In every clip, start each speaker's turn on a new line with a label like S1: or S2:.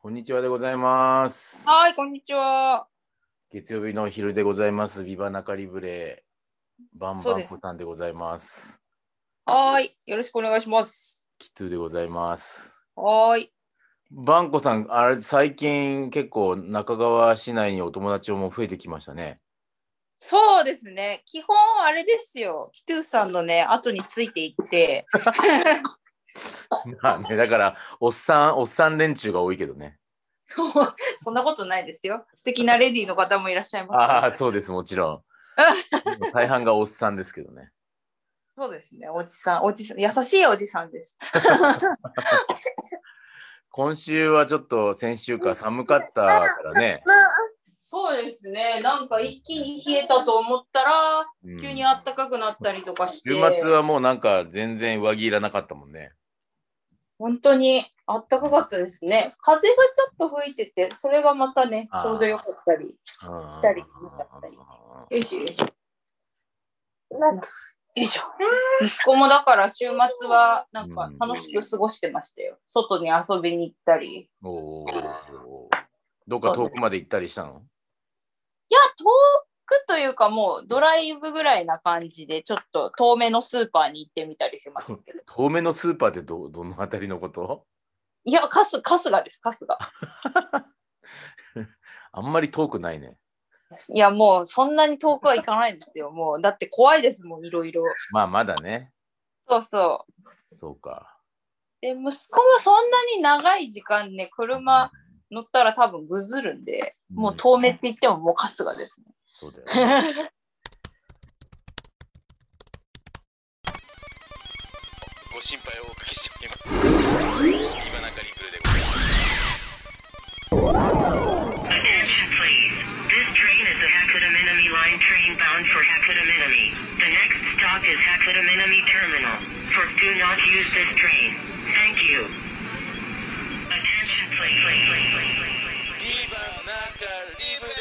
S1: こんにちはでございます。
S2: はい、こんにちは。
S1: 月曜日のお昼でございます。ビバナカリブレバン
S2: そ
S1: バ
S2: う
S1: ン
S2: です
S1: コさんでございます。
S2: はーい、よろしくお願いします。
S1: キトゥでございます。
S2: はーい。
S1: バンコさん、あれ最近結構中川市内にお友達も増えてきましたね。
S2: そうですね。基本あれですよ。キトゥーさんのね、後についていって。
S1: まあね、 だからおっさんおっさん連中が多いけどね。
S2: そんなことないですよ。素敵なレディーの方もいらっしゃいますから
S1: ああそうですもちろん。でも大半がおっさんですけどね。
S2: そうですね。おじさん、おじさん、優しいおじさんです。
S1: 今週はちょっと先週か寒かったからね。
S2: そうですね。なんか一気に冷えたと思ったら、
S1: うん
S2: 急に暖かくなったりとかして。
S1: 週末はもうなんか全然上着いらなかったもんね。
S2: 本当に暖かかったですね。風がちょっと吹いてて、それがまたね
S1: あー、
S2: ちょうどよかったり。したりしなかったりよいしょよいしょ。なんか、よいしょ。息子もだから週末はなんか楽しく過ごしてましたよ。外に遊びに行ったり。い
S1: おーどっか遠くまで行ったりしたの
S2: や、遠くというかもうドライブぐらいな感じで、ちょっと遠めのスーパーに行ってみたりしましたけど。
S1: 遠目のスーパーってどどの辺りのこと
S2: いや、かす、春日です、春日。
S1: あんまり遠くないね。
S2: いや、もうそんなに遠くは行かないですよ。もう、だって怖いですもん、いろいろ。
S1: まあまだね。
S2: そうそう。
S1: そうか。
S2: で、息子もそんなに長い時間ね、車乗ったら多分ぐずるんで、もう遠目って言ってももう春日ですね。
S1: そうだよね
S3: ご心配をおかけしております。今中リプルでございます。
S4: Attention, please. This train is a Hakuda Minami Line train bound for Hakuda Minami. The next stop is Hakuda Minami Terminal. For do not use this train. Thank you. Attention, please. please, please, please, please.
S3: リバ中リブレ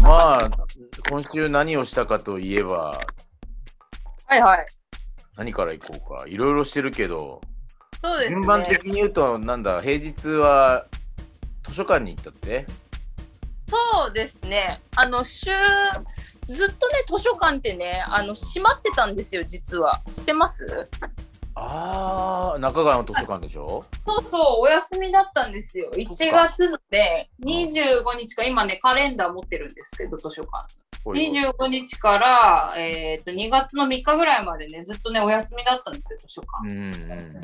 S1: まあ、今週何をしたかといえば、
S2: はいはい。
S1: 何から行こうか。いろいろしてるけど、
S2: そうですね。
S1: 順番的に言うと、なんだ、平日は図書館に行ったって
S2: そうですね。あの週ずっとね図書館ってねあの閉まってたんですよ実は知ってます？
S1: ああ、中川の図書館でしょ
S2: そうそうお休みだったんですよ。1月のね25日か今ねカレンダー持ってるんですけど図書館。
S1: おいおい
S2: 25日からえっ、と2月の3日ぐらいまでねずっとねお休みだったんですよ図書
S1: う
S2: 館。
S1: んうんうん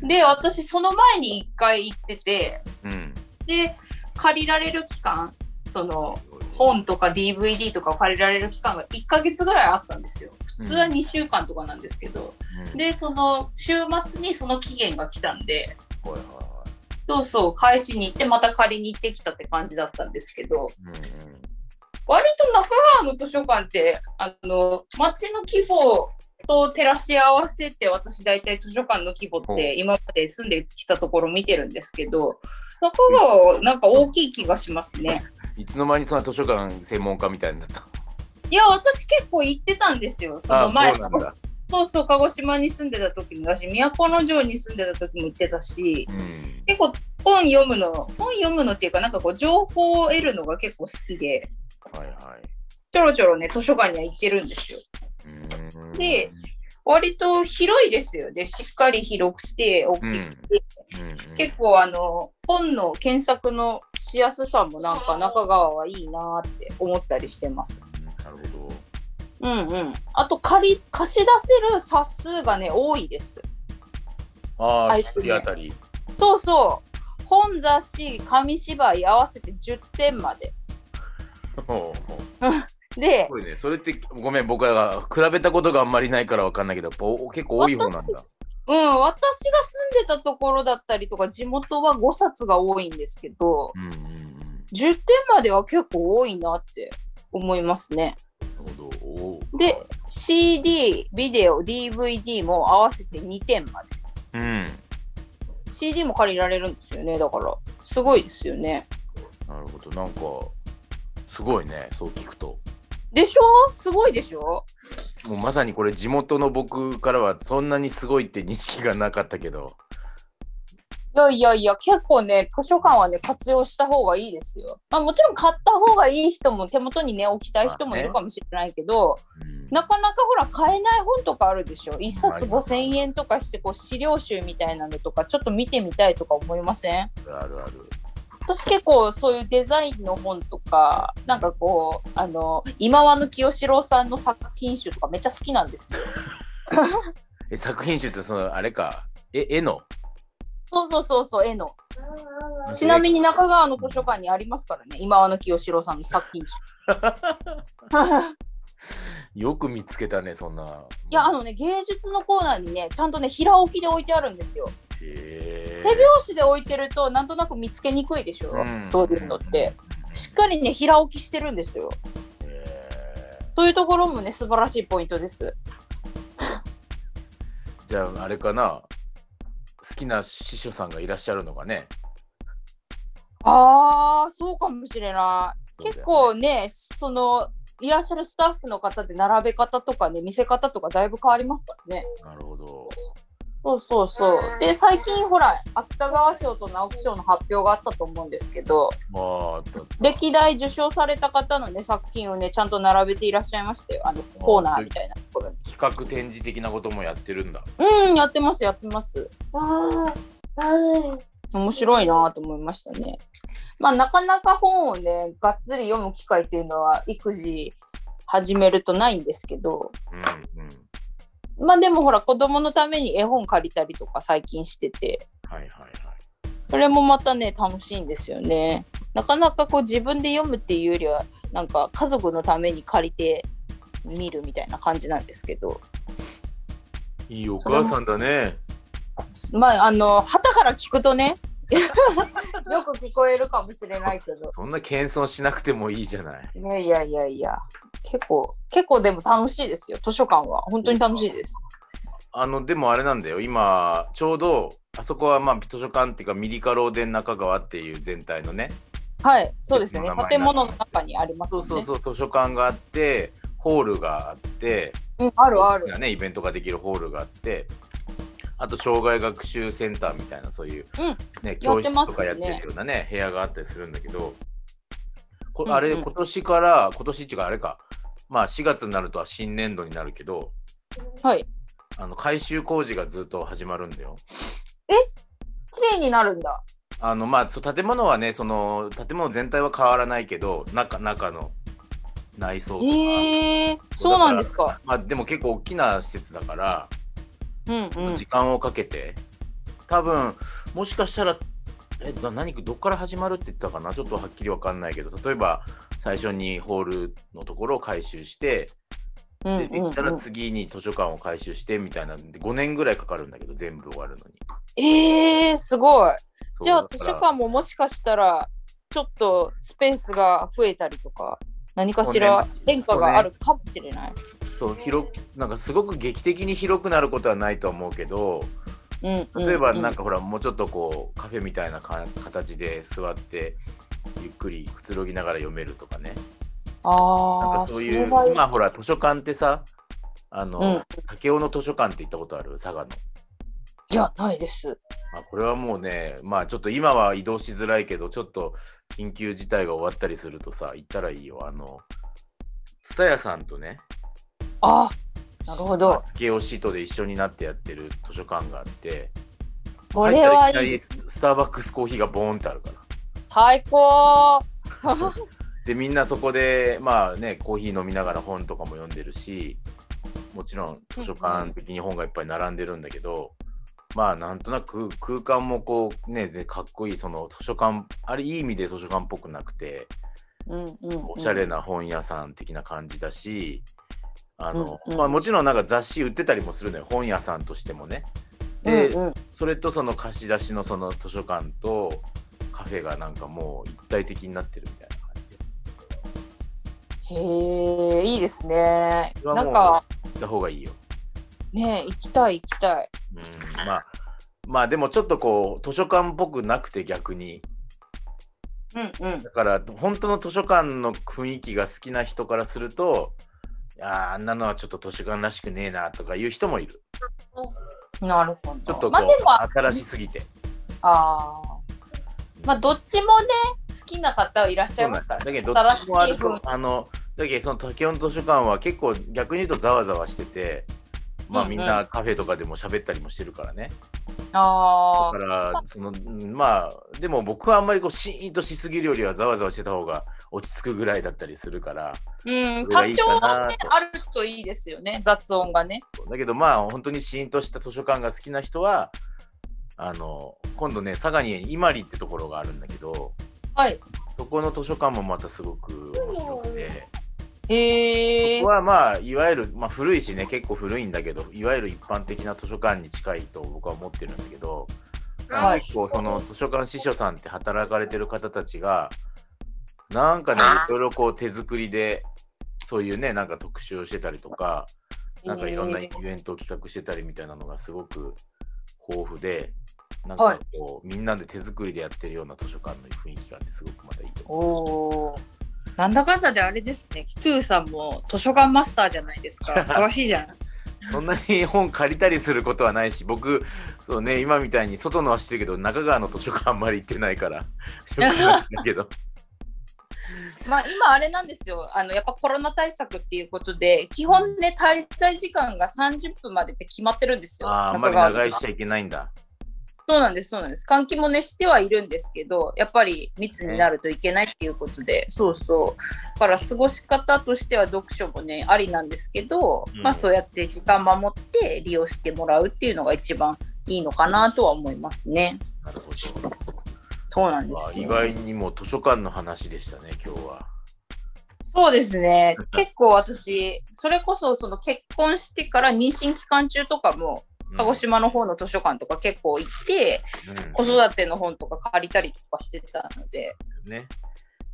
S1: うん。
S2: で私その前に1回行ってて
S1: うん、
S2: で借りられる期間その本とか DVD とかを借りられる期間が1ヶ月ぐらいあったんですよ。普通は2週間とかなんですけど、
S1: うん、
S2: でその週末にその期限が来たんで
S1: はいは
S2: そうそう返しに行ってまた借りに行ってきたって感じだったんですけど
S1: いはい。うんうん
S2: 割と中川の図書館ってあの町の規模と照らし合わせて私大体図書館の規模
S1: ほ
S2: っ
S1: う
S2: て今まで住んできたところ見てるんですけど中川はなんか大きい気がしますね。
S1: いつの間にそんな図書館専門家みたいになった
S2: いや私結構行ってたんですよその前
S1: そうなんだ。
S2: そうそう鹿児島に住んでた時もだし都城に住んでた時も行ってたし
S1: うん。
S2: 結構本読むの本読むのっていうかなんかこう情報を得るのが結構好きで
S1: はいは
S2: ちょろちょろね図書館には行ってるんですよ
S1: い。うん
S2: で、割と広いですよねしっかり広くて大き
S1: うん。う
S2: く
S1: ん
S2: て、
S1: うん
S2: 結構あの本の検索のしやすさもなんか中川はいいなーって思ったりしてます
S1: なるほど。
S2: うんうんあと借り貸し出せる冊数がね多いです
S1: ああ、
S2: はい
S1: 一人当たり。
S2: そうそう本雑誌紙芝居合わせて10点まで
S1: ほうほうす
S2: で
S1: ごいね。それって、ごめん、僕は比べたことがあんまりないからわかんないけど、やっぱお結構多い方なんだ。
S2: うん、私が住んでたところだったりとか地元は5冊が多いんですけど
S1: うんうんうん。
S2: 10点までは結構多いなって思いますね。
S1: なるほど。おー
S2: で CD ビデオ DVD も合わせて2点まで
S1: うん。なる
S2: CD も借りられるんですよねだからすごいですよね。
S1: ほど。なんか、すごいね、そう聞くと。
S2: でしょすごいでしょ
S1: もうまさにこれ地元の僕からはそんなにすごいって認識がなかったけど。
S2: いやいやいや、結構ね、図書館はね、活用した方がいいですよ。まあもちろん買った方がいい人も手元にね、置きたい人もいるかもしれないけど、
S1: うん
S2: なかなかほら買えない本とかあるでしょ。一冊5000円とかして、こう資料集みたいなのとか、ちょっと見てみたいとか思いません
S1: あるある。
S2: 私結構そういうデザインの本とか、なんかこう、あの、今和の清志郎さんの作品集とかめっちゃ好きなんですよ。
S1: え、作品集ってそのあれか。え、絵の。
S2: そうそうそうそう、絵の。ちなみに中川の図書館にありますからね、今和の清志郎さんの作品集。
S1: よく見つけたね、そんな。
S2: いや、あのね、芸術のコーナーにね、ちゃんとね、平置きで置いてあるんですよ。
S1: へ
S2: 手
S1: ー
S2: 拍子で置いてると、なんとなく見つけにくいでしょ、
S1: うん
S2: そういうのって。しっかりね、平置きしてるんですよ。
S1: へー
S2: というところもね、素晴らしいポイントです。
S1: じゃあ、あれかな。好きな師匠さんがいらっしゃるのかね。
S2: あー、そうかもしれない。
S1: そうだよね
S2: 結構ね、その、いらっしゃるスタッフの方で並べ方とかね、見せ方とかだいぶ変わりますからね。
S1: なるほど。
S2: そうそうそう。で、最近ほら、芥川賞と直木賞の発表があったと思うんですけど、
S1: まあ、ちょっと
S2: 歴代受賞された方のね作品をねちゃんと並べていらっしゃいましたよあのコーナーみたいなところに
S1: 企画展示的なこともやってるんだ。
S2: うんやってますやってます面白いなと思いましたねまあなかなか本をねがっつり読む機会っていうのは育児始めるとないんですけど
S1: うんうん。
S2: まあでもほら子供のために絵本借りたりとか最近してて
S1: はいはいはい。
S2: それもまたね楽しいんですよねなかなかこう自分で読むっていうよりはなんか家族のために借りて見るみたいな感じなんですけど
S1: いいお母さんだね。
S2: まああの旗から聞くとね よく聞こえるかもしれないけど
S1: そんな謙遜しなくてもいいじゃない。
S2: いやいやいやいや結構結構でも楽しいですよ図書館は本当に楽しいです
S1: あの、でもあれなんだよ。今、ちょうど、あそこはまあ図書館っていうか、ミリカローデン中川っていう全体のね、
S2: はいそうですよね
S1: 結構名前
S2: 建
S1: なんだ
S2: 物の中にあります
S1: そ
S2: もん
S1: う
S2: ね
S1: そうそう、図書館があって、ホールがあって、
S2: うん、あるあ
S1: 大き
S2: る
S1: なね、イベントができるホールがあって、あと、障害学習センターみたいな、そういう、
S2: うん
S1: ね、
S2: やっ
S1: 教
S2: て
S1: 室
S2: ますね
S1: とかやってるようなね、部屋があったりするんだけど、こ
S2: うんうん
S1: あれ、今年から、今年っていうか、あれか、まあ、4月になるとは新年度になるけど、
S2: はい
S1: あの改修工事がずっと始まるんだよ。
S2: 綺麗になるんだ
S1: あのまあそう建物はねその建物全体は変わらないけど中中の内装とか、
S2: ええそうなんですか
S1: まあでも結構大きな施設だから、
S2: うんうん
S1: 時間をかけて多分もしかしたらえな何どっから始まるって言ったかなちょっとはっきりわかんないけど例えば最初にホールのところを改修して、
S2: うん
S1: でできた
S2: うんう
S1: ら
S2: ん
S1: 次に図書館を改修してみたいなんで5年ぐらいかかるんだけど全部終わるのに。
S2: ええすごい
S1: そう
S2: じゃあ
S1: だか
S2: 図
S1: ら
S2: 書館ももしかしたらちょっとスペースが増えたりとか何かしら
S1: そうね
S2: 変化があるかもしれない。
S1: そう広くなんかすごく劇的に広くなることはないとは思うけど
S2: うんうん
S1: 例えばなん
S2: か、
S1: かほら、もうちょっとこうカフェみたいなか形で座ってゆっくりくつろぎながら読めるとかねなん
S2: あ
S1: か
S2: あ、
S1: そういう
S2: れはいい
S1: 今ほら図書館ってさあの、
S2: うん
S1: 竹雄の図書館って行ったことある佐賀の、
S2: いや、ないです。
S1: まあ、これはもうねまあちょっと今は移動しづらいけどちょっと緊急事態が終わったりするとさ行ったらいいよあの蔦屋さんとね
S2: ああ、なるほど。
S1: 竹雄シートで一緒になってやってる図書館があって
S2: これは
S1: 入ったら
S2: いい
S1: きなり
S2: です。
S1: ススターバックスコーヒーがボーンってあるから。
S2: 最高。
S1: で、みんなそこで、まあね、コーヒー飲みながら本とかも読んでるし、もちろん図書館的に本がいっぱい並んでるんだけど、まあなんとなく空間もこうね、ぜかっこいい、その図書館、あれいい意味で図書館っぽくなくて、
S2: うんうん、うん。
S1: おしゃれな本屋さん的な感じだし、あの、
S2: うんうん
S1: まあもちろんなんか雑誌売ってたりもするのよ、本屋さんとしてもね。
S2: うん
S1: で、
S2: うん、
S1: それとその貸し出しのその図書館とカフェがなんかもう一体的になってるみたいな感じで
S2: へえ、いいですね。
S1: これは
S2: な
S1: も
S2: ん
S1: う
S2: か、
S1: 行った方がいいよ。
S2: ね、行きたい行きたい。
S1: うん、まあまあでもちょっとこう図書館っぽくなくて逆に
S2: うんうん
S1: だから本当の図書館の雰囲気が好きな人からするといやーあんなのはちょっと図書館らしくねえなとかいう人もいる
S2: なるほ
S1: ち
S2: ど。
S1: ょっとこう、
S2: まあでも、あ
S1: 新しすぎて
S2: あー。まあどっちもね、好きな方はいらっしゃいますから、
S1: だ
S2: ね。
S1: けどどっちもある
S2: 新しい文
S1: とあのだけどその竹雄の図書館は結構逆に言うとざわざわしててまあ
S2: うんう
S1: み
S2: ん
S1: んなカフェとかでも喋ったりもしてるからね、
S2: あ
S1: だからそのうんまあでも僕はあんまりこうシーンとしすぎるよりはざわざわしてた方が落ち着くぐらいだったりするから
S2: ーうん、
S1: それ
S2: 多
S1: がいいかな
S2: 少
S1: と
S2: ね、あるといいですよね、雑音がね。
S1: だけどまあ本当にシーンとした図書館が好きな人はあの今度ね佐賀に伊万里ってところがあるんだけど
S2: はい。
S1: そこの図書館もまたすごく面白くて。
S2: へえ
S1: ここ。はまあいわゆる、まあ、古いしね結構古いんだけどいわゆる一般的な図書館に近いと僕は思ってるんだけど、
S2: はい
S1: 結構その図書館司書さんって働かれてる方たちがなんかねいろいろこう手作りでそういうねなんか特集をしてたりとかなんかいろんなイベントを企画してたりみたいなのがすごく豊富で。なんかこう、みんなで手作りでやってるような図書館の雰囲気があってすごくまたいいと思う。
S2: おお。
S5: なんだかんだであれですね、キトゥーさんも図書館マスターじゃないで すか。詳しいじゃん。
S1: そんなに本借りたりすることはないし、僕、そうね、今みたいに外のはしてるけど、中川の図書館あんまり行ってない から、よくないんだけど。
S2: まあ今あれなんですよ。あのやっぱコロナ対策っていうことで、基本ね滞在時間が30分までって決まってるんですよ。
S1: あーあんま
S2: 中
S1: り
S2: 川の
S1: 長居しちゃいけないんだ。
S2: そうなんです、そうなんです。換気もね、してはいるんですけど、やっぱり密になるといけないっていうことで、そうそう。だから、過ごし方としては読書もね、ありなんですけど、
S1: うん
S2: まあ、そうやって時間守って利用してもらうっていうのが一番いいのかなとは思いますね。
S1: なるほど。
S2: そうなんで
S1: わあ
S2: す
S1: 意
S2: よ。
S1: 外にも図書館の話でしたね、今日は。
S2: そうですね。結構私、それこそ、その結婚してから妊娠期間中とかも、
S1: うん
S2: 鹿児島の方の図書館とか結構行って、
S1: うん
S2: 子育ての本とか借りたりとかしてたので、
S1: ね。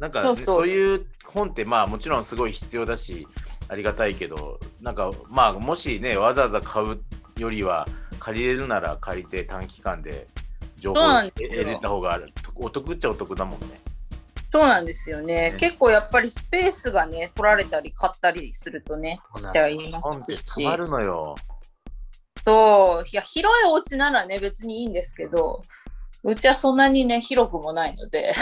S1: なんかね、
S2: そ
S1: そうう
S2: そう
S1: いう本って、まあもちろんすごい必要だし、ありがたいけど、なんかまあもしね、わざわざ買うよりは、借りれるなら借りて短期間で情報
S2: そう
S1: を
S2: なんで
S1: 得
S2: すよ
S1: 得れた方がお得っちゃお得だもんね。
S2: そうなんですよね
S1: ね。
S2: 結構やっぱりスペースがね、取られたり買ったりするとね、しちゃい
S1: 本
S2: ま
S1: っ
S2: す
S1: て
S2: し。
S1: 困るのよ。
S2: そう。いや、広いお家ならね、別にいいんですけど、うちはそんなにね、広くもないので。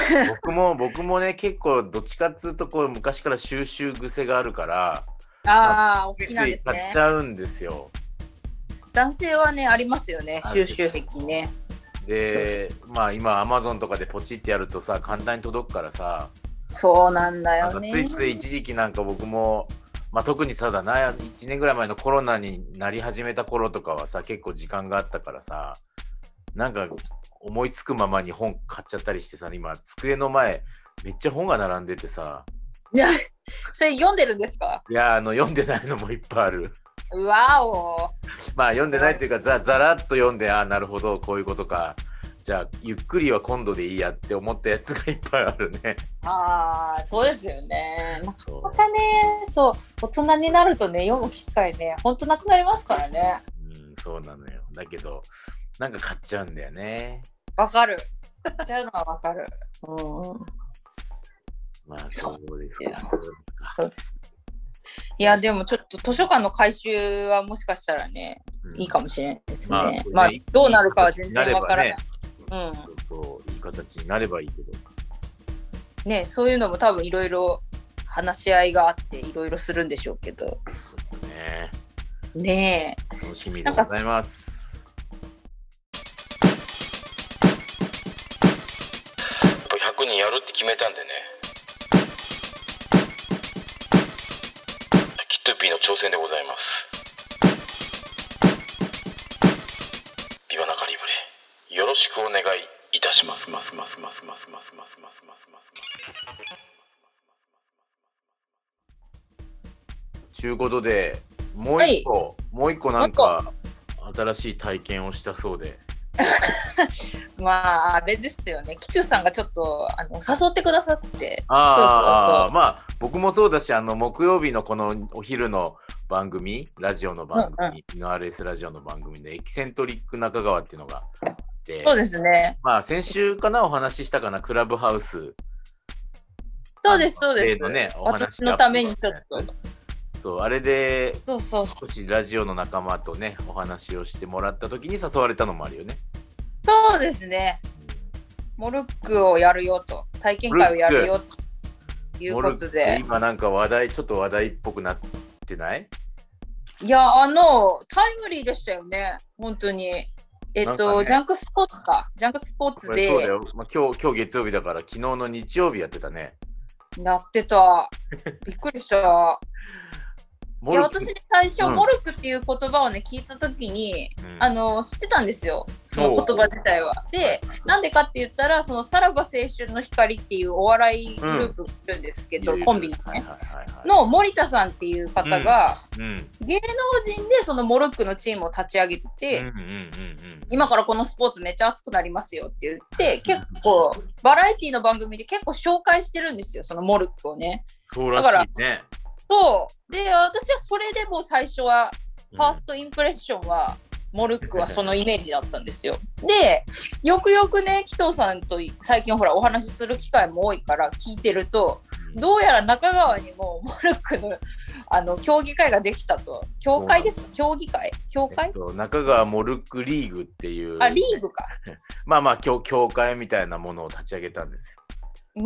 S1: 僕も、 僕もね、結構どっちかっつうと、こう昔から収集癖があるから、
S2: ああ、お好
S1: ついつ
S2: きなんで
S1: い
S2: す
S1: 買っ
S2: ね
S1: ち。ゃうんですよ。
S2: 男性はね、ありますよね、
S1: あ
S2: 収
S1: る
S2: 集癖ね。
S1: で、まあ今、アマゾンとかでポチってやるとさ、簡単に届くからさ、
S2: そうなんだ
S1: なん
S2: よ
S1: か
S2: ね。
S1: ついつい一時期なんか僕も、まあ、特にさだな1年ぐらい前のコロナになり始めた頃とかはさ結構時間があったからさなんか思いつくままに本買っちゃったりしてさ今机の前めっちゃ本が並んでてさ
S2: いや、 それ読んでるんですか
S1: いやーあの読んでないのもいっぱいある
S2: うわお。
S1: まあ読んでないっていうかざざらっと読んでああなるほどこういうことかじゃあゆっくりは今度でいいやって思ったやつがいっぱいあるね
S2: ああ、そうですよね。
S1: そう
S2: なかなかね、そう、大人になるとね、読む機会ね、ほんとなくなりますからね。
S1: うんそうなのよだけどなんか買っちゃうんだよね
S2: わかる。買っちゃうのはわかる。うん、
S1: まあ
S2: そう
S1: そうです
S2: いや
S1: か。
S2: そうです。いや、でもちょっと図書館の改修はもしかしたらね、いいか
S1: も。
S2: もしれないです
S1: まあ
S2: ね。まあ、
S1: ね
S2: どうなるかは全然わからない。うん。
S1: そういい形になればいいけど。
S2: ね、そういうのも多分いろいろ話し合いがあって、いろいろするんでしょうけど。
S1: ね
S2: ねえ。
S1: 楽しみでございます。
S3: 100人やるって決めたんでねキットピーの挑戦でございますビバナカリブレよろしくお願いいたしますますますますますますますますますます
S1: ちゅうことで、もう一個、もう一個なんか新しい体験をしたそうで。
S2: まあ、あれですよね。キチューさんがちょっと、あの、誘ってくださって。
S1: あーあーあー
S2: そうそうそう。
S1: まあ僕もそうだし、あの木曜日のこのお昼の番組、ラジオの番組、NRS ラジオの番組でエキセントリック中川っていうのがあって。
S2: そうですね。
S1: まあ先週かなお話ししたかなクラブハウス
S6: そうです、そうです。
S1: 程度ねお話が
S6: 私のためにちょっと。
S1: そう、あれで、
S2: そうそう。
S1: 少しラジオの仲間とね、お話をしてもらった時に誘われたのもあるよね。
S2: そうですね。モルックをやるよと、体験会をやるよということ
S1: モルック
S2: で。
S1: 今なんか話題、ちょっと話題っぽくなってない
S2: いや、あの、タイムリーでしたよね、本当に。えっ
S1: なんか
S2: と、
S1: ね
S2: ジャンクスポーツか、ジャンクスポーツ
S1: これそうだ
S2: で
S1: よ、まあ、今日。今日月曜日だから、昨日の日曜日やってたね。
S2: やっ てた。びっくりした。い
S1: モ
S2: や、
S1: ルク
S2: 私ね、最初、
S1: うん
S2: モルックっていう言葉をね、聞いたときに、
S1: うん
S2: あの知ってたんですよ、そ
S1: お
S2: の
S1: う
S2: 言葉自体は。で、なんでかって言ったら、そのさらば青春の光っていうお笑いグループがいるんですけど、コンビの
S1: はい
S2: ね、
S1: はいはいはい
S2: の森田さんっていう方が、
S1: うん
S2: 芸能人でそのモルックのチームを立ち上げてて、
S1: うんうんうんうん
S2: 今からこのスポーツめっちゃ熱くなりますよって言って、結構、バラエティの番組で結構紹介してるんですよ、そのモルックをね。
S1: そうらしいね。
S2: そう。で、私はそれでもう最初は
S1: うん
S2: ファーストインプレッションは、モルックはそのイメージだったんですよ。で、よくよくね、紀藤さんと最近ほらお話しする機会も多いから聞いてると、どうやら中川にもモルックのあの競技会ができたと。協会ですか競技会協
S1: えっ
S2: 会
S1: と中川モルックリーグっていう、
S2: あ、リーグか。
S1: まあまあ協協会みたいなものを立ち上げたんですよ。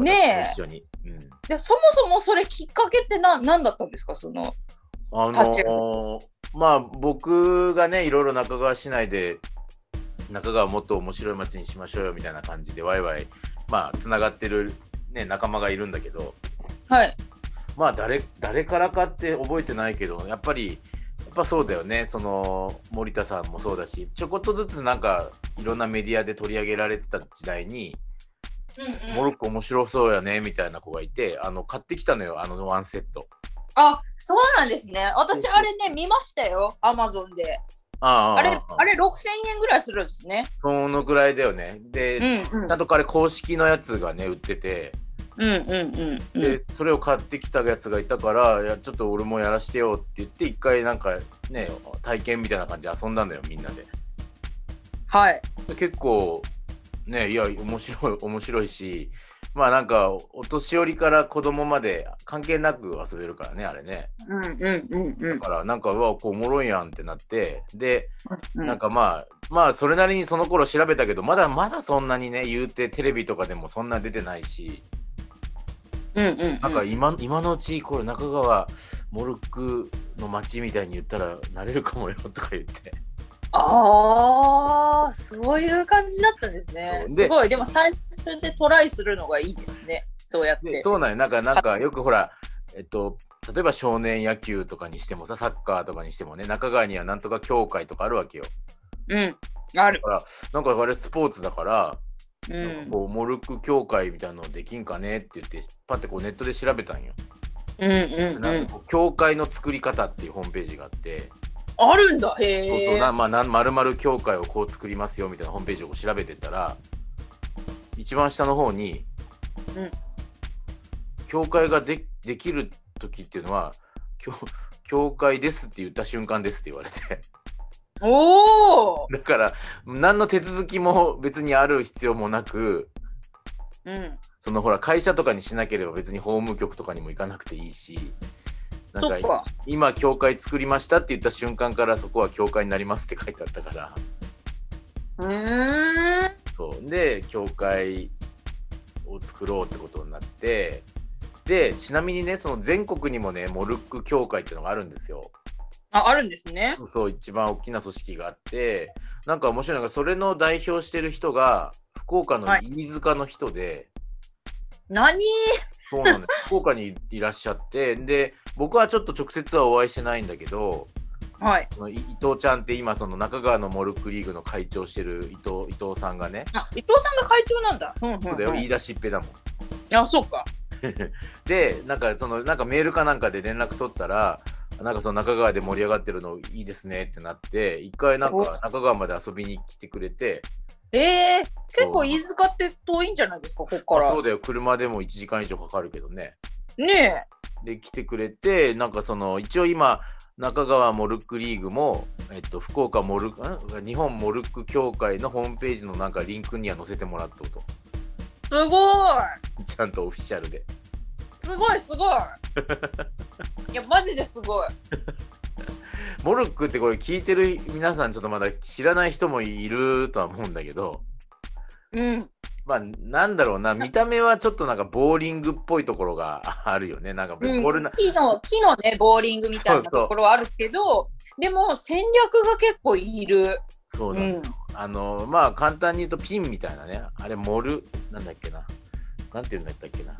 S2: ね
S1: 私と一緒に。うん
S2: え。でそもそもそれきっかけってな何だったんですかその。
S1: あの
S2: 立ち
S1: ーまあ僕がねいろいろ中川市内で中川をもっと面白い街にしましょうよみたいな感じでワイワイまあつながってる、ね、仲間がいるんだけど
S2: はい。
S1: まあ誰誰からかって覚えてないけどやっぱりやっぱそうだよねその森田さんもそうだしちょこっとずつなんかいろんなメディアで取り上げられてた時代に、モルック面白そうやねみたいな子がいてあの買ってきたのよあのワンセット。
S2: あ、そうなんですね。私あれね、見ましたよ。アマゾンで。
S1: あ
S2: あれ、あれ6000円ぐらいするんですね。
S1: そのくらいだよね。で、
S2: うんうん
S1: ちゃんと彼公式のやつがね売ってて、
S2: うんうんうんうん。
S1: でそれを買ってきたやつがいたからいやちょっと俺もやらしてよって言って一回なんかね体験みたいな感じで遊んだんだよみんなで
S2: はい。
S1: で結構ねいや面白い面白いしまあなんかお年寄りから子供まで関係なく遊べるからねあれね
S2: うんうんうんう
S1: だ
S2: ん
S1: からなんかうわこうおもろいやんってなってで
S2: うん。
S1: なんかまあまあそれなりにその頃調べたけどまだまだそんなにね言うてテレビとかでもそんな出てないし
S2: うんうんうん。
S1: なんか今,、今のうちこれ中川モルックの街みたいに言ったらなれるかもよとか言って
S2: ああ、そういう感じだったんですね。
S1: そうです
S2: ごい。でも最初でトライするのがいいですね。そうやっ
S1: で
S2: て。
S1: そうなんよなんかなんかよくほらえっと例えば少年野球とかにしてもさサッカーとかにしてもね中川にはなんとか協会とかあるわけよ
S2: うん。あ
S1: だ
S2: る。
S1: からなんかあれスポーツだから、
S2: う
S1: なんか
S2: ん。
S1: こうモルック協会みたいなのできんかねって言ってパッてこうネットで調べたんよ、
S2: うんうんう
S1: なん
S2: ん
S1: か。こう協会の作り方っていうホームページがあって、
S2: あるんだ。
S1: そう
S2: へ
S1: そう
S2: え
S1: な。まあ、なんまるまる協会をこう作りますよみたいなホームページを調べてたら一番下の方に、
S2: うん
S1: 教会がでできる時っていうのは教教会ですって言った瞬間ですって言われて
S2: おお。
S1: だから何の手続きも別にある必要もなく
S2: うん。
S1: そのほら会社とかにしなければ別に法務局とかにも行かなくていいしな
S2: そっ
S1: んか
S2: か。
S1: 今教会作りましたって言った瞬間からそこは教会になりますって書いてあったから。
S2: うーん。
S1: そうで教会を作ろうってことになってでちなみにねその全国にもねモルック教会っていうのがあるんですよ
S2: あ、あるんですね。
S1: そう一番大きな組織があってなんか面白いのがそれの代表してる人が福岡の
S2: はい
S1: 飯塚の人で、
S2: 何
S1: そうなん です福岡にいらっしゃってで僕はちょっと直接はお会いしてないんだけど
S2: はい。
S1: そのい伊藤ちゃんって今その中川のモルックリーグの会長してる伊藤伊藤さんがね、
S2: あ、伊藤さんが会長なんだ。うんうん、
S1: そうだよ言い出しっぺだもん。
S2: あ、そうか。
S1: でなんかそのなんかメールかなんかで連絡取ったらなんかその中川で盛り上がってるのいいですねってなって一回なん
S2: お
S1: か中川まで遊びに来てくれて
S2: ええ
S1: そう
S2: 結構飯塚って遠いんじゃないですか、ここか
S1: まあそう
S2: ら。
S1: だよ車でも1時間以上かかるけどね
S2: ね
S1: で来てくれてなんかその一応今中川モルックリーグも、えっと、福岡モルん日本モルック協会のホームページのなん かリンクには載せてもらっとうと
S2: え、すごい。
S1: ちゃんとオフィシャルで
S2: すごいすごいいやマジですごい
S1: モルックってこれ聞いてる皆さんちょっとまだ知らない人もいるとは思うんだけど
S2: うん
S1: まあなんだろうな見た目はちょっとなんかボーリングっぽいところが あるよねなんかボ
S2: うん
S1: ールな、
S2: 木の木のねボーリングみ
S1: そ
S2: たいな
S1: うそう
S2: ところはあるけどでも戦略が結構いる、
S1: そううだ、
S2: ん、
S1: あのまあ簡単に言うとピンみたいなねあれモルなんだっけななんていうんだったっけな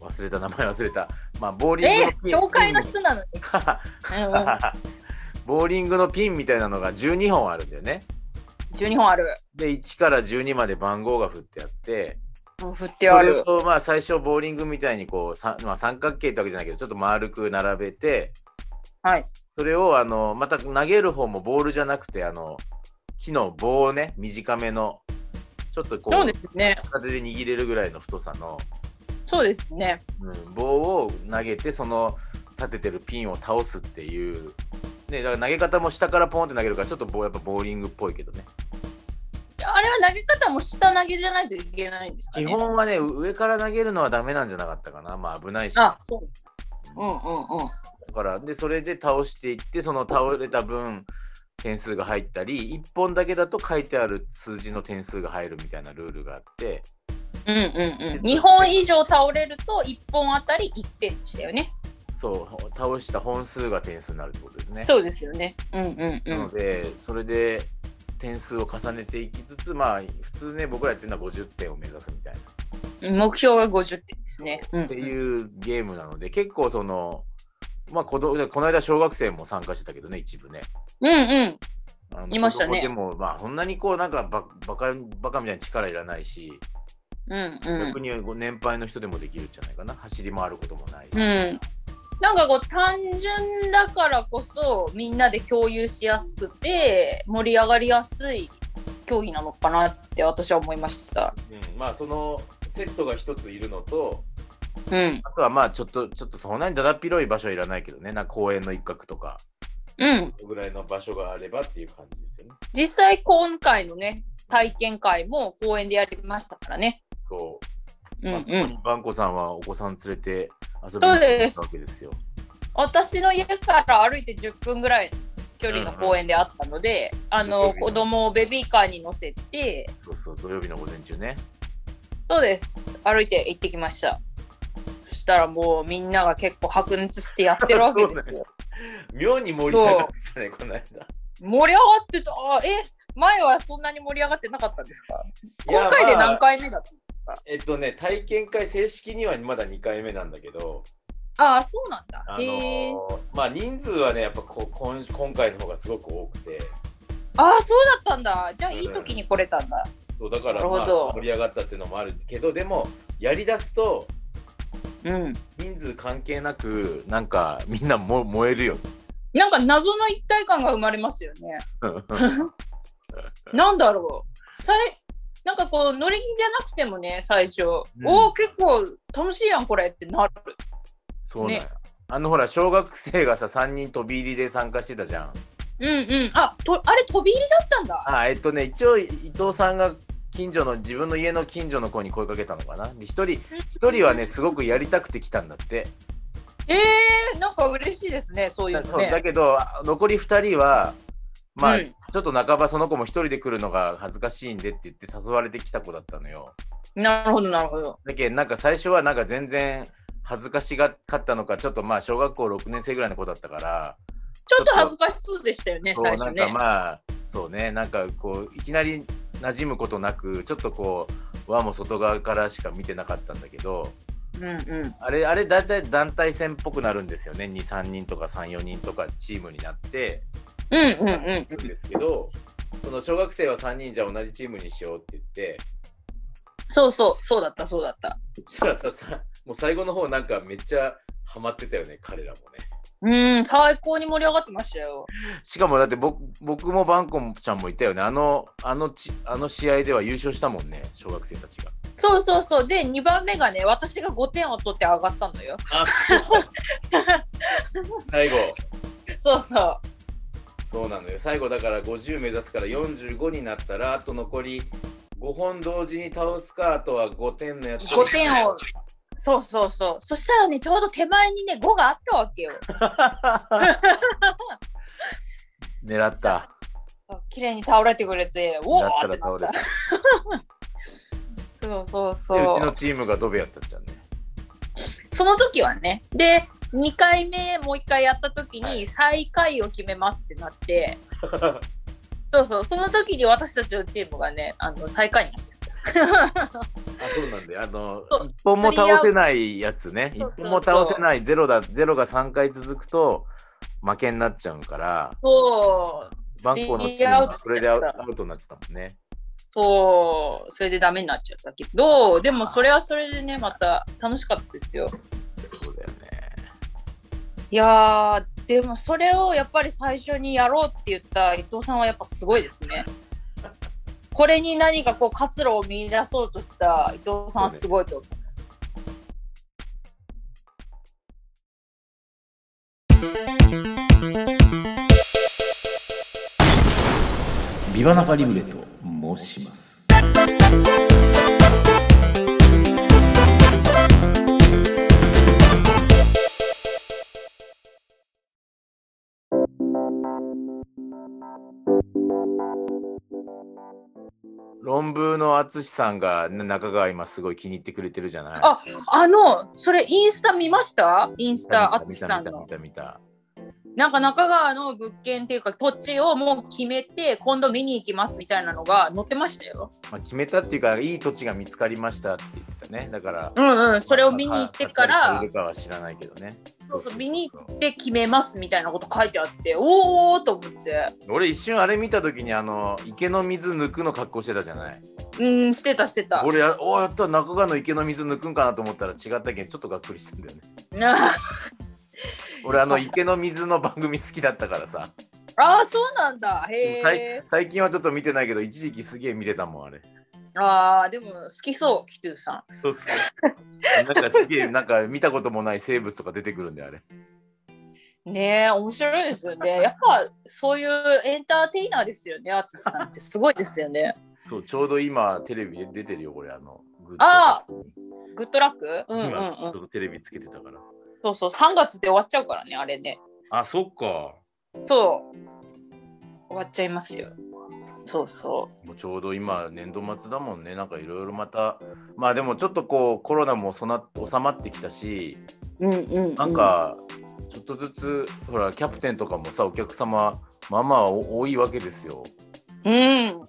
S1: 忘れた名前忘れたまあボーリング
S2: え
S1: のピン
S2: 教会の人なのに、うんうん
S1: ボーリングのピンみたいなのが12本あるんだよね。
S2: 12本ある、
S1: で1から12まで番号が振ってあって
S2: うん、振ってあ
S1: それ
S2: る
S1: をまあ最初ボーリングみたいにこうさ、まあ、三角形ってわけじゃないけどちょっと丸く並べて
S2: はい
S1: それをあのまた投げる方もボールじゃなくてあの木の棒をね短めのちょっとこ
S2: そう
S1: う
S2: ですね
S1: 片手で握れるぐらいの太さの、
S2: そうですね
S1: うん、棒を投げてその立ててるピンを倒すっていう、ね、だから投げ方も下からポンって投げるからちょっとボやっぱボーリングっぽいけどね
S2: あれは投げ方も下投げじゃないといけないんですか
S1: 基
S2: ね
S1: 本はね上から投げるのはダメなんじゃなかったかなまあ危ないし
S2: あそううんうんうん
S1: だからでそれで倒していってその倒れた分点数が入ったり1本だけだと書いてある数字の点数が入るみたいなルールがあって
S2: うんうんうん2本以上倒れると1本あたり1点でしたよね
S1: そう倒した本数が点数になるってことですね。
S2: そうですよねうんうんう
S1: なんのでそれで点数を重ねていきつつまあ普通ね僕らやってるのは50点を目指すみたいな、
S2: 目標が50点ですね。
S1: っていうゲームなので結構そのまあ子供この間小学生も参加してたけどね一部ね。
S2: うんうん。
S1: あの
S2: いましたね
S1: 子供でも、まあ、そんなにこう、なんかバ、バカ、バカみたいに力いらないし、
S2: うんうん
S1: 逆。にこう年配の人でもできるんじゃないかな。走り回ることもないし。
S2: うん。なんかこう単純だからこそみんなで共有しやすくて盛り上がりやすい競技なのかなって私は思いました。
S1: うんまあ、そのセットが一ついるのと、
S2: うん。
S1: あとはまあ、ちょっと、ちょっとそんなにだだっ広い場所はいらないけどね、なんか公園の一角とか、
S2: うん。
S1: そのぐらいの場所があればっていう感じですよね。
S2: 実際今回のね、体験会も公園でやりましたからね。
S1: そうう。
S2: んう
S1: まあそこに
S2: ん。
S1: バンコさんはお子さん連れて遊びに
S2: そう
S1: 来
S2: で
S1: た
S2: す
S1: わけですよ。
S2: 私の家から歩いて10分ぐらい距離の公園であったので、あ
S1: うんう
S2: の
S1: ん
S2: 子供をベビーカーに乗せて、
S1: そうそう、土曜日の午前中ね。
S2: そうです。歩いて行ってきました。そしたらもうみんなが結構白熱してやってるわけですよ。
S1: 妙に盛り上がってたね、この間。
S2: 盛り上がってた。あえ前はそんなに盛り上がってなかったんですか今回で何回目だった
S1: えっとね、体験会正式にはまだ2回目なんだけど、
S2: ああ、そうなんだ。
S1: あの
S2: へえ
S1: ーまあ、人数はね、やっぱこ今今回の方がすごく多くて、
S2: ああ、そうだったんだ。じゃあいい時に来れたんだ。
S1: そうだから、
S2: なる
S1: ま
S2: ほ
S1: あ、
S2: ど
S1: 盛り上がったっていうのもあるけど、でも、やりだすと、
S2: うん。
S1: 人数関係なく、なんかみんなも燃えるよ。
S2: なんか謎の一体感が生まれますよね。なんだろう。さいなんかこう乗り気じゃなくてもね最初、
S1: ん
S2: おお結構楽しいやんこれってなる
S1: そうなんや
S2: ね
S1: あのほら、小学生がさ、3人飛び入りで参加してたじゃん。
S2: うんうんあとあれ飛び入りだったんだ
S1: あえっとね、一応、伊藤さんが近所の、自分の家の近所の子に声かけたのかな。で、一人、一人はね、すごくやりたくて来たんだって。
S2: えー、なんか嬉しいですね、そういうの
S1: そうだ
S2: ね。
S1: けどあ残り2人はまあ、
S2: うん
S1: ちょっと半ばその子も1人で来るのが恥ずかしいんでって言って誘われてきた子だったのよ
S2: なるほど、なるほど。
S1: だけどなんか最初はなんか全然恥ずかしがかったのかちょっとまあ小学校6年生ぐらいの子だったから
S2: ちょっと恥ずかしそうでしたよね、
S1: そう
S2: 最
S1: な
S2: 初
S1: んか
S2: ね。
S1: まあそうねなんかこういきなり馴染むことなくちょっとこう輪も外側からしか見てなかったんだけど
S2: うんうん。
S1: あれあれ大体団体戦っぽくなるんですよね23人とか34人とかチームになって。
S2: うんうんうん。
S1: んですけど、その小学生は3人じゃあ同じチームにしようって言って、
S2: そうそう、そうだった、そうだった。
S1: そしたらさ、さもう最後の方なんかめっちゃハマってたよね、彼らもね。
S2: うん、最高に盛り上がってましたよ。
S1: しかもだって僕僕もバンコンちゃんもいたよね、あのあのちあの試合では優勝したもんね、小学生たちが。
S2: そうそうそう。で、2番目がね、私が5点を取って上がったのよ。
S1: あ 最後、
S2: そうそう。
S1: そうなのよ、最後だから50目指すから45になったら、あと残り5本同時に倒すか、あとは5点のやつ
S2: 5点をそうそうそうそしたらねちょうど手前にね5があったわけよ
S1: 狙った。
S2: そう綺麗に倒れてくれておお
S1: やった
S2: っ
S1: ら
S2: てな
S1: 倒
S2: っ
S1: れ
S2: た
S1: た。
S2: そうそう
S1: でうち
S2: そ
S1: の
S2: う
S1: チームがドベやったじゃんね。
S2: その時はねで2回目もう1回やった時に最下位を決めますってな ってそうそうその時に私たちのチームがねあの最下位になっちゃった
S1: あそうなんで、あの
S2: そう、
S1: 一本も倒せないやつね。
S2: ス
S1: 一
S2: リーアウト
S1: 本も倒せない、ゼロだ、ゼロが3回続くと、負けになっちゃうから、
S2: そう
S1: バンコのチ
S2: スリー
S1: ー
S2: アウ
S1: ム
S2: ト
S1: は
S2: し
S1: それ
S2: ち
S1: で
S2: ゃ
S1: ア
S2: っ
S1: ウ
S2: た
S1: アウトになってたもんね。
S2: そうそれでダメになっちゃったけどでもそれはそれでねまた楽しかったですよ
S1: そうだよね。
S2: いやーでもそれをやっぱり最初にやろうって言った伊藤さんはやっぱすごいです ね。これに何かこう活路を見出そうとした伊藤さんはすごいと思う。
S1: ビバナカリブレと申します。論文の淳さんがね中川今すごい気に入ってくれてるじゃない。
S2: ああのそれインスタ見ましたインスタ
S1: 見
S2: 淳
S1: た
S2: さん
S1: 見
S2: の。
S1: た見た
S2: なんか中川の物件っていうか土地をもう決めて今度見に行きますみたいなのが載ってましたよ。
S1: 見た。まあ決めたっていうかいい土地が見つかりましたって言ってたね。だから。
S2: うんうんそれを見に行って
S1: まあ
S2: か
S1: 買
S2: ら
S1: ったりするかは知らないけどね。
S2: そうそう見に行って決めますみたいなこと書いてあっておおと思って
S1: 俺一瞬あれ見た時にあの池の水抜くの格好してたじゃない
S2: うんしてたして た。
S1: 俺あおやった中川の池の水抜くんかなと思ったら違ったけんちょっとがっくりしたんだよね俺あの池の水の番組好きだったからさ、
S2: ああそうなんだ
S1: さい
S2: へえ
S1: 最近はちょっと見てないけど一時期すげえ見てたもんあれ
S2: ああでも好きそうキトゥーさ
S1: そうそう なんかすげえなんか見たこともない生物とか出てくるんだよあれ
S2: んねえ面白いですよねやっぱそういうエンターテイナーですよねアツシさんってすごいですよね
S1: そうちょうど今テレビで出てるよこれあのグッ
S2: あ
S1: ド
S2: グッドラックうんうんう
S1: 今ちょっ
S2: ん
S1: とテレビつけてたから
S2: そうそう3月で終わっちゃうからねあれね
S1: あそっか
S2: そう終わっちゃいますよそうそ
S1: もうちょうど今年度末だもんねなんかいろいろまたまあでもちょっとこうコロナもそな収まってきたし
S2: ううんうん、うん、
S1: なんかちょっとずつ、ほらキャプテンとかもさお客様まあまあお多いわけですよ
S2: うんい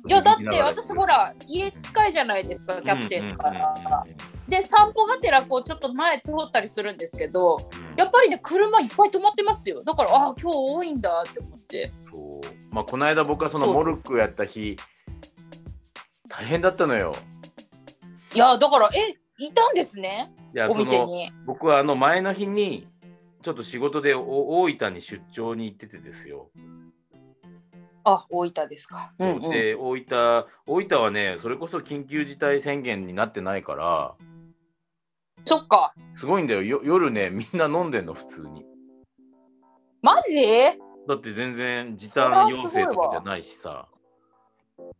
S2: やだって私ほら家近いじゃないですかキャプテンから、で散歩がてらこうちょっと前通ったりするんですけどや
S1: っ
S2: っぱりね、車いっぱい止まってますよ。だから、ああ、今日多いんだって思って。
S1: そうまあこの間僕はその
S2: そう
S1: モルックやった日大変だったのよ
S2: いや、だから、え、いたんですね、
S1: いや
S2: お
S1: そ
S2: 店
S1: の
S2: に。
S1: 僕はあの前の日にちょっと仕事でお大分に出張に行っててですよ、
S2: あ、大分ですか。うんうん、
S1: で大分大分はねそれこそ緊急事態宣言になってないから
S2: そっか。
S1: すごいんだよよ夜ねみんな飲んでんの普通に
S2: マジ
S1: だって全然時
S2: それは
S1: 短
S2: すご
S1: 要
S2: いわ
S1: 請とかじゃないしさ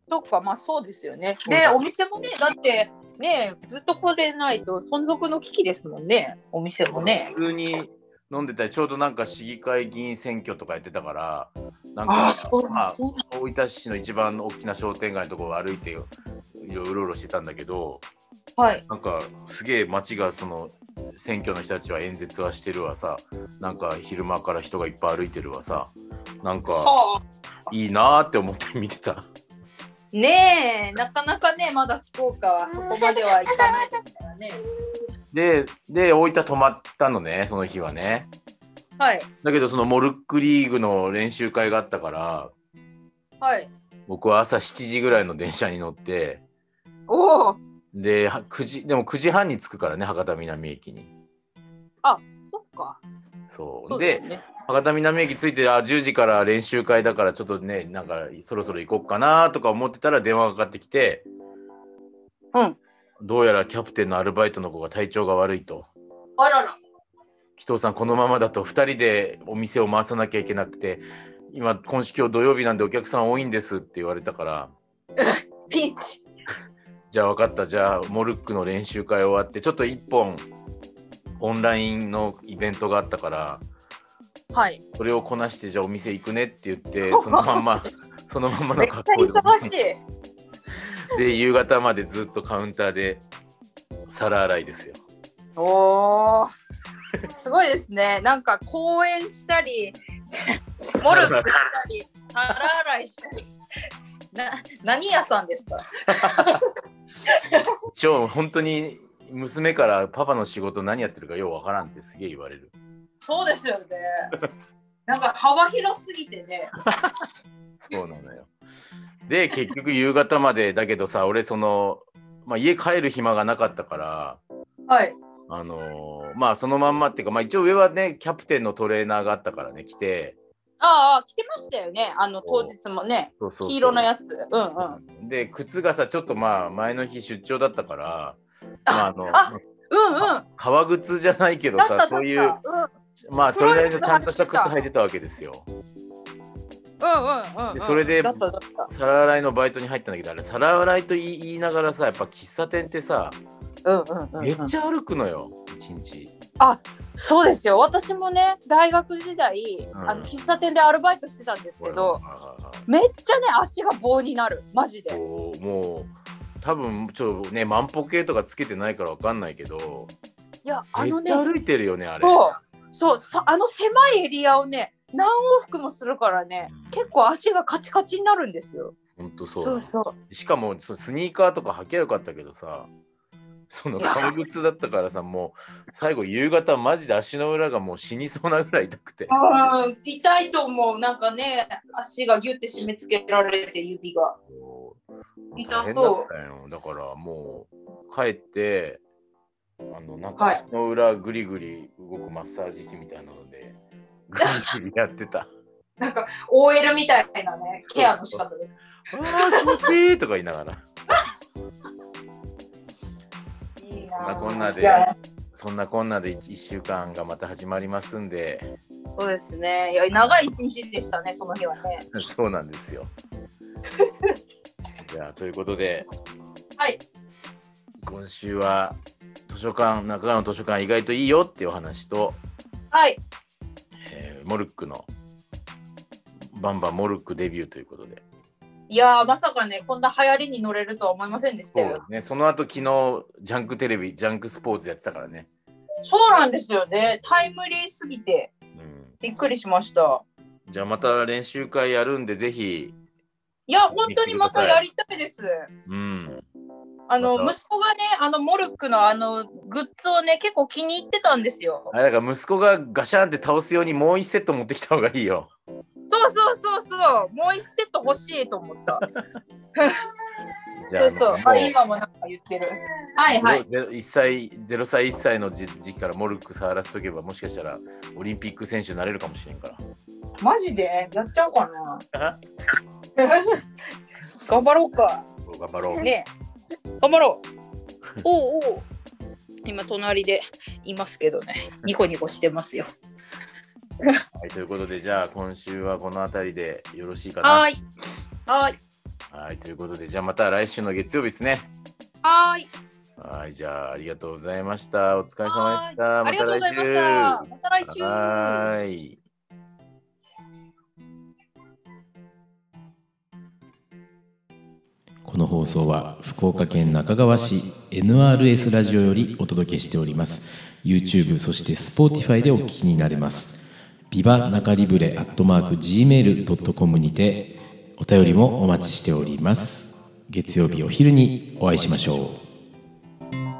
S2: そっか、まあそうですよね。
S1: そう
S2: で、
S1: だ
S2: お店もね、だって、ね、ずっとこれないと存続の危機ですもんね、お店もね。
S1: 普通に飲んでたりちょうどなんか市議会議員選挙とかやってたからなん
S2: あ
S1: か
S2: あ、そう
S1: まあ
S2: そう
S1: 大分市の一番大きな商店街のところを歩いていろいろうろうろしてたんだけど
S2: はい。
S1: なんかすげえ街がその選挙の人たちは演説はしてるわさなんか昼間から人がいっぱい歩いてるわさなんか
S2: はあ
S1: いいなーって思って見てた。
S2: ねえ、なかなかね、まだ福岡はそこまではいかないですからね。
S1: で、で、大分泊まったのね、その日はね。
S2: はい、
S1: だけど、そのモルックリーグの練習会があったから、
S2: はい。
S1: 僕は朝7時ぐらいの電車に乗って、
S2: おお。
S1: で、は9時、でも9時半に着くからね、博多南駅に。
S2: あ、そっか。
S1: そう。
S2: そう
S1: で
S2: ですね。
S1: 博多南駅着いて、あ、10時から練習会だから、ちょっとね、なんか、そろそろ行こっかなとか思ってたら電話がかかってきて、
S2: うん。
S1: どうやらキャプテンのアルバイトの子が体調が悪いと。
S2: あらら。
S1: 紀藤さんこのままだと2人でお店を回さなきゃいけなくて今今週今日土曜日なんでお客さん多いんですって言われたから
S2: ピンチ。
S1: じゃあ分かったじゃあモルックの練習会終わってちょっと1本オンラインのイベントがあったから
S2: はい。
S1: それをこなしてじゃあお店行くねって言っ てそのまんまそのまんまの
S2: めっちゃ
S1: 格好で
S2: 忙しい。
S1: で夕方までずっとカウンターで皿洗いですよ。
S2: おお。すごいですね。なんか公演し たり、モルックしたり、皿洗いしたり。な何屋さんですか
S1: 今日本当に娘からパパの仕事何やってるかようわからんってすげえ言われる。
S2: そうです よね。なんか幅広すぎてね。
S1: そうなのよ。で結局夕方までだけどさ俺その、まあ、家帰る暇がなかったから
S2: はい。
S1: あのーまあそのまんまっていうか、まあ、一応上はねキャプテンのトレーナーがあったからね来て
S2: ああ、来てましたよね。あの当日もね。
S1: そうそうそう
S2: 黄色のやつ。うんうん。うん
S1: で靴がさちょっとまあ前の日出張だったから、まあ、あの
S2: あうん。だっ
S1: 革靴じゃないけど
S2: ただ
S1: さ
S2: った。
S1: そううんい
S2: うんうん
S1: うまあそれなりのちゃんとした靴
S2: 黒い靴
S1: 履いてたわけですよ。
S2: うんうん。
S1: でそれで
S2: だっただっ
S1: 皿洗いのバイトに入ったんだけどあれ皿洗いと言い言いながらさやっぱ喫茶店ってさ
S2: た。うんうんうんうん。
S1: めっちゃ歩くのよ一日。
S2: そうですよ私もね大学時代、
S1: ん
S2: あの喫茶店でアルバイトしてたんですけど、めっちゃね足が棒になるマジで
S1: こうもう多分ちょっとね万歩計とかつけてないからわかんないけど
S2: いやあ
S1: めっ
S2: のね
S1: ちゃ歩いてるよねあれ。
S2: そうそうさあの狭いエリアをね何往復もするからね
S1: うん
S2: 結構足がカチカチになるんですよ
S1: ほんとそうな
S2: そ
S1: の
S2: うそう
S1: しかもそのスニーカーとか履きゃよかったけどさその
S2: いや
S1: 革靴だったからさもう最後夕方マジで足の裏がもう死にそうなぐらい痛くて
S2: うん痛いと思うなんかね足がギュって締め付けられて指が
S1: もう
S2: 痛そう
S1: 大変だったよだからもう帰ってあのなん
S2: は
S1: か
S2: い
S1: 足の裏ぐりぐり動くマッサージ機みたいなの でぐりぐりやってた。
S2: なんか OL みたいなね
S1: ケアの仕方
S2: で
S1: あ ー気持ちいいとか言いながら
S2: いい
S1: そんなこんなでそんなこんなで 1, 週間がまた始まりますんで
S2: そうですねいや長い一日でしたねその日はね
S1: そうなんですよじゃあということで
S2: はい
S1: 今週は図書館中川の図書館意外といいよっていうお話と、
S2: はい
S1: えーモルックのバンバンモルックデビューということで
S2: いやーまさかねこんな流行りに乗れるとは思いませんでしたよ。
S1: ね、その後昨日ジャンクテレビジャンクスポーツやってたからね、
S2: そうなんですよねタイムリーすぎて
S1: うん、
S2: びっくりしました。
S1: じゃあまた練習会やるんでぜひ
S2: いや本当にまたやりたいです。
S1: うん
S2: あの、
S1: また
S2: 息子がねあのモルックのあのグッズをね結構気に入ってたんですよ
S1: あ。れだから息子がガシャンって倒すようにもう一セット持ってきた方がいいよ。
S2: そうそうそうそうもう一セット欲しいと思った。
S1: じゃあ、
S2: そうそう
S1: も
S2: あ今もなんか言ってる。はいはい。
S1: ゼロ一歳ゼロ歳一歳の時時期からモルック触らせとけばもしかしたらオリンピック選手になれるかもしれんから。
S2: マジでやっちゃおうかな。 頑張ろうか。
S1: 頑張ろう。
S2: ねえ頑張ろ うおうおう今隣でいますけどねニコニコしてますよ
S1: はい、ということでじゃあ今週はこの辺りでよろしいかな。
S2: はーいはーい
S1: はいということでじゃあまた来週の月曜日ですね。
S2: はーい
S1: はいじゃあありがとうございました。お疲れ様でした。
S2: あ
S1: ま
S2: りが
S1: た
S2: とうござい
S1: 来
S2: まし
S1: 週。
S2: たまた来週
S1: はーい。
S7: この放送は福岡県那珂川市 NRS ラジオよりお届けしております YouTube そして Spotify でお聞きになれますビバナカリブレアットマーク Gmail.com にてお便りもお待ちしております月曜日お昼にお会いしましょう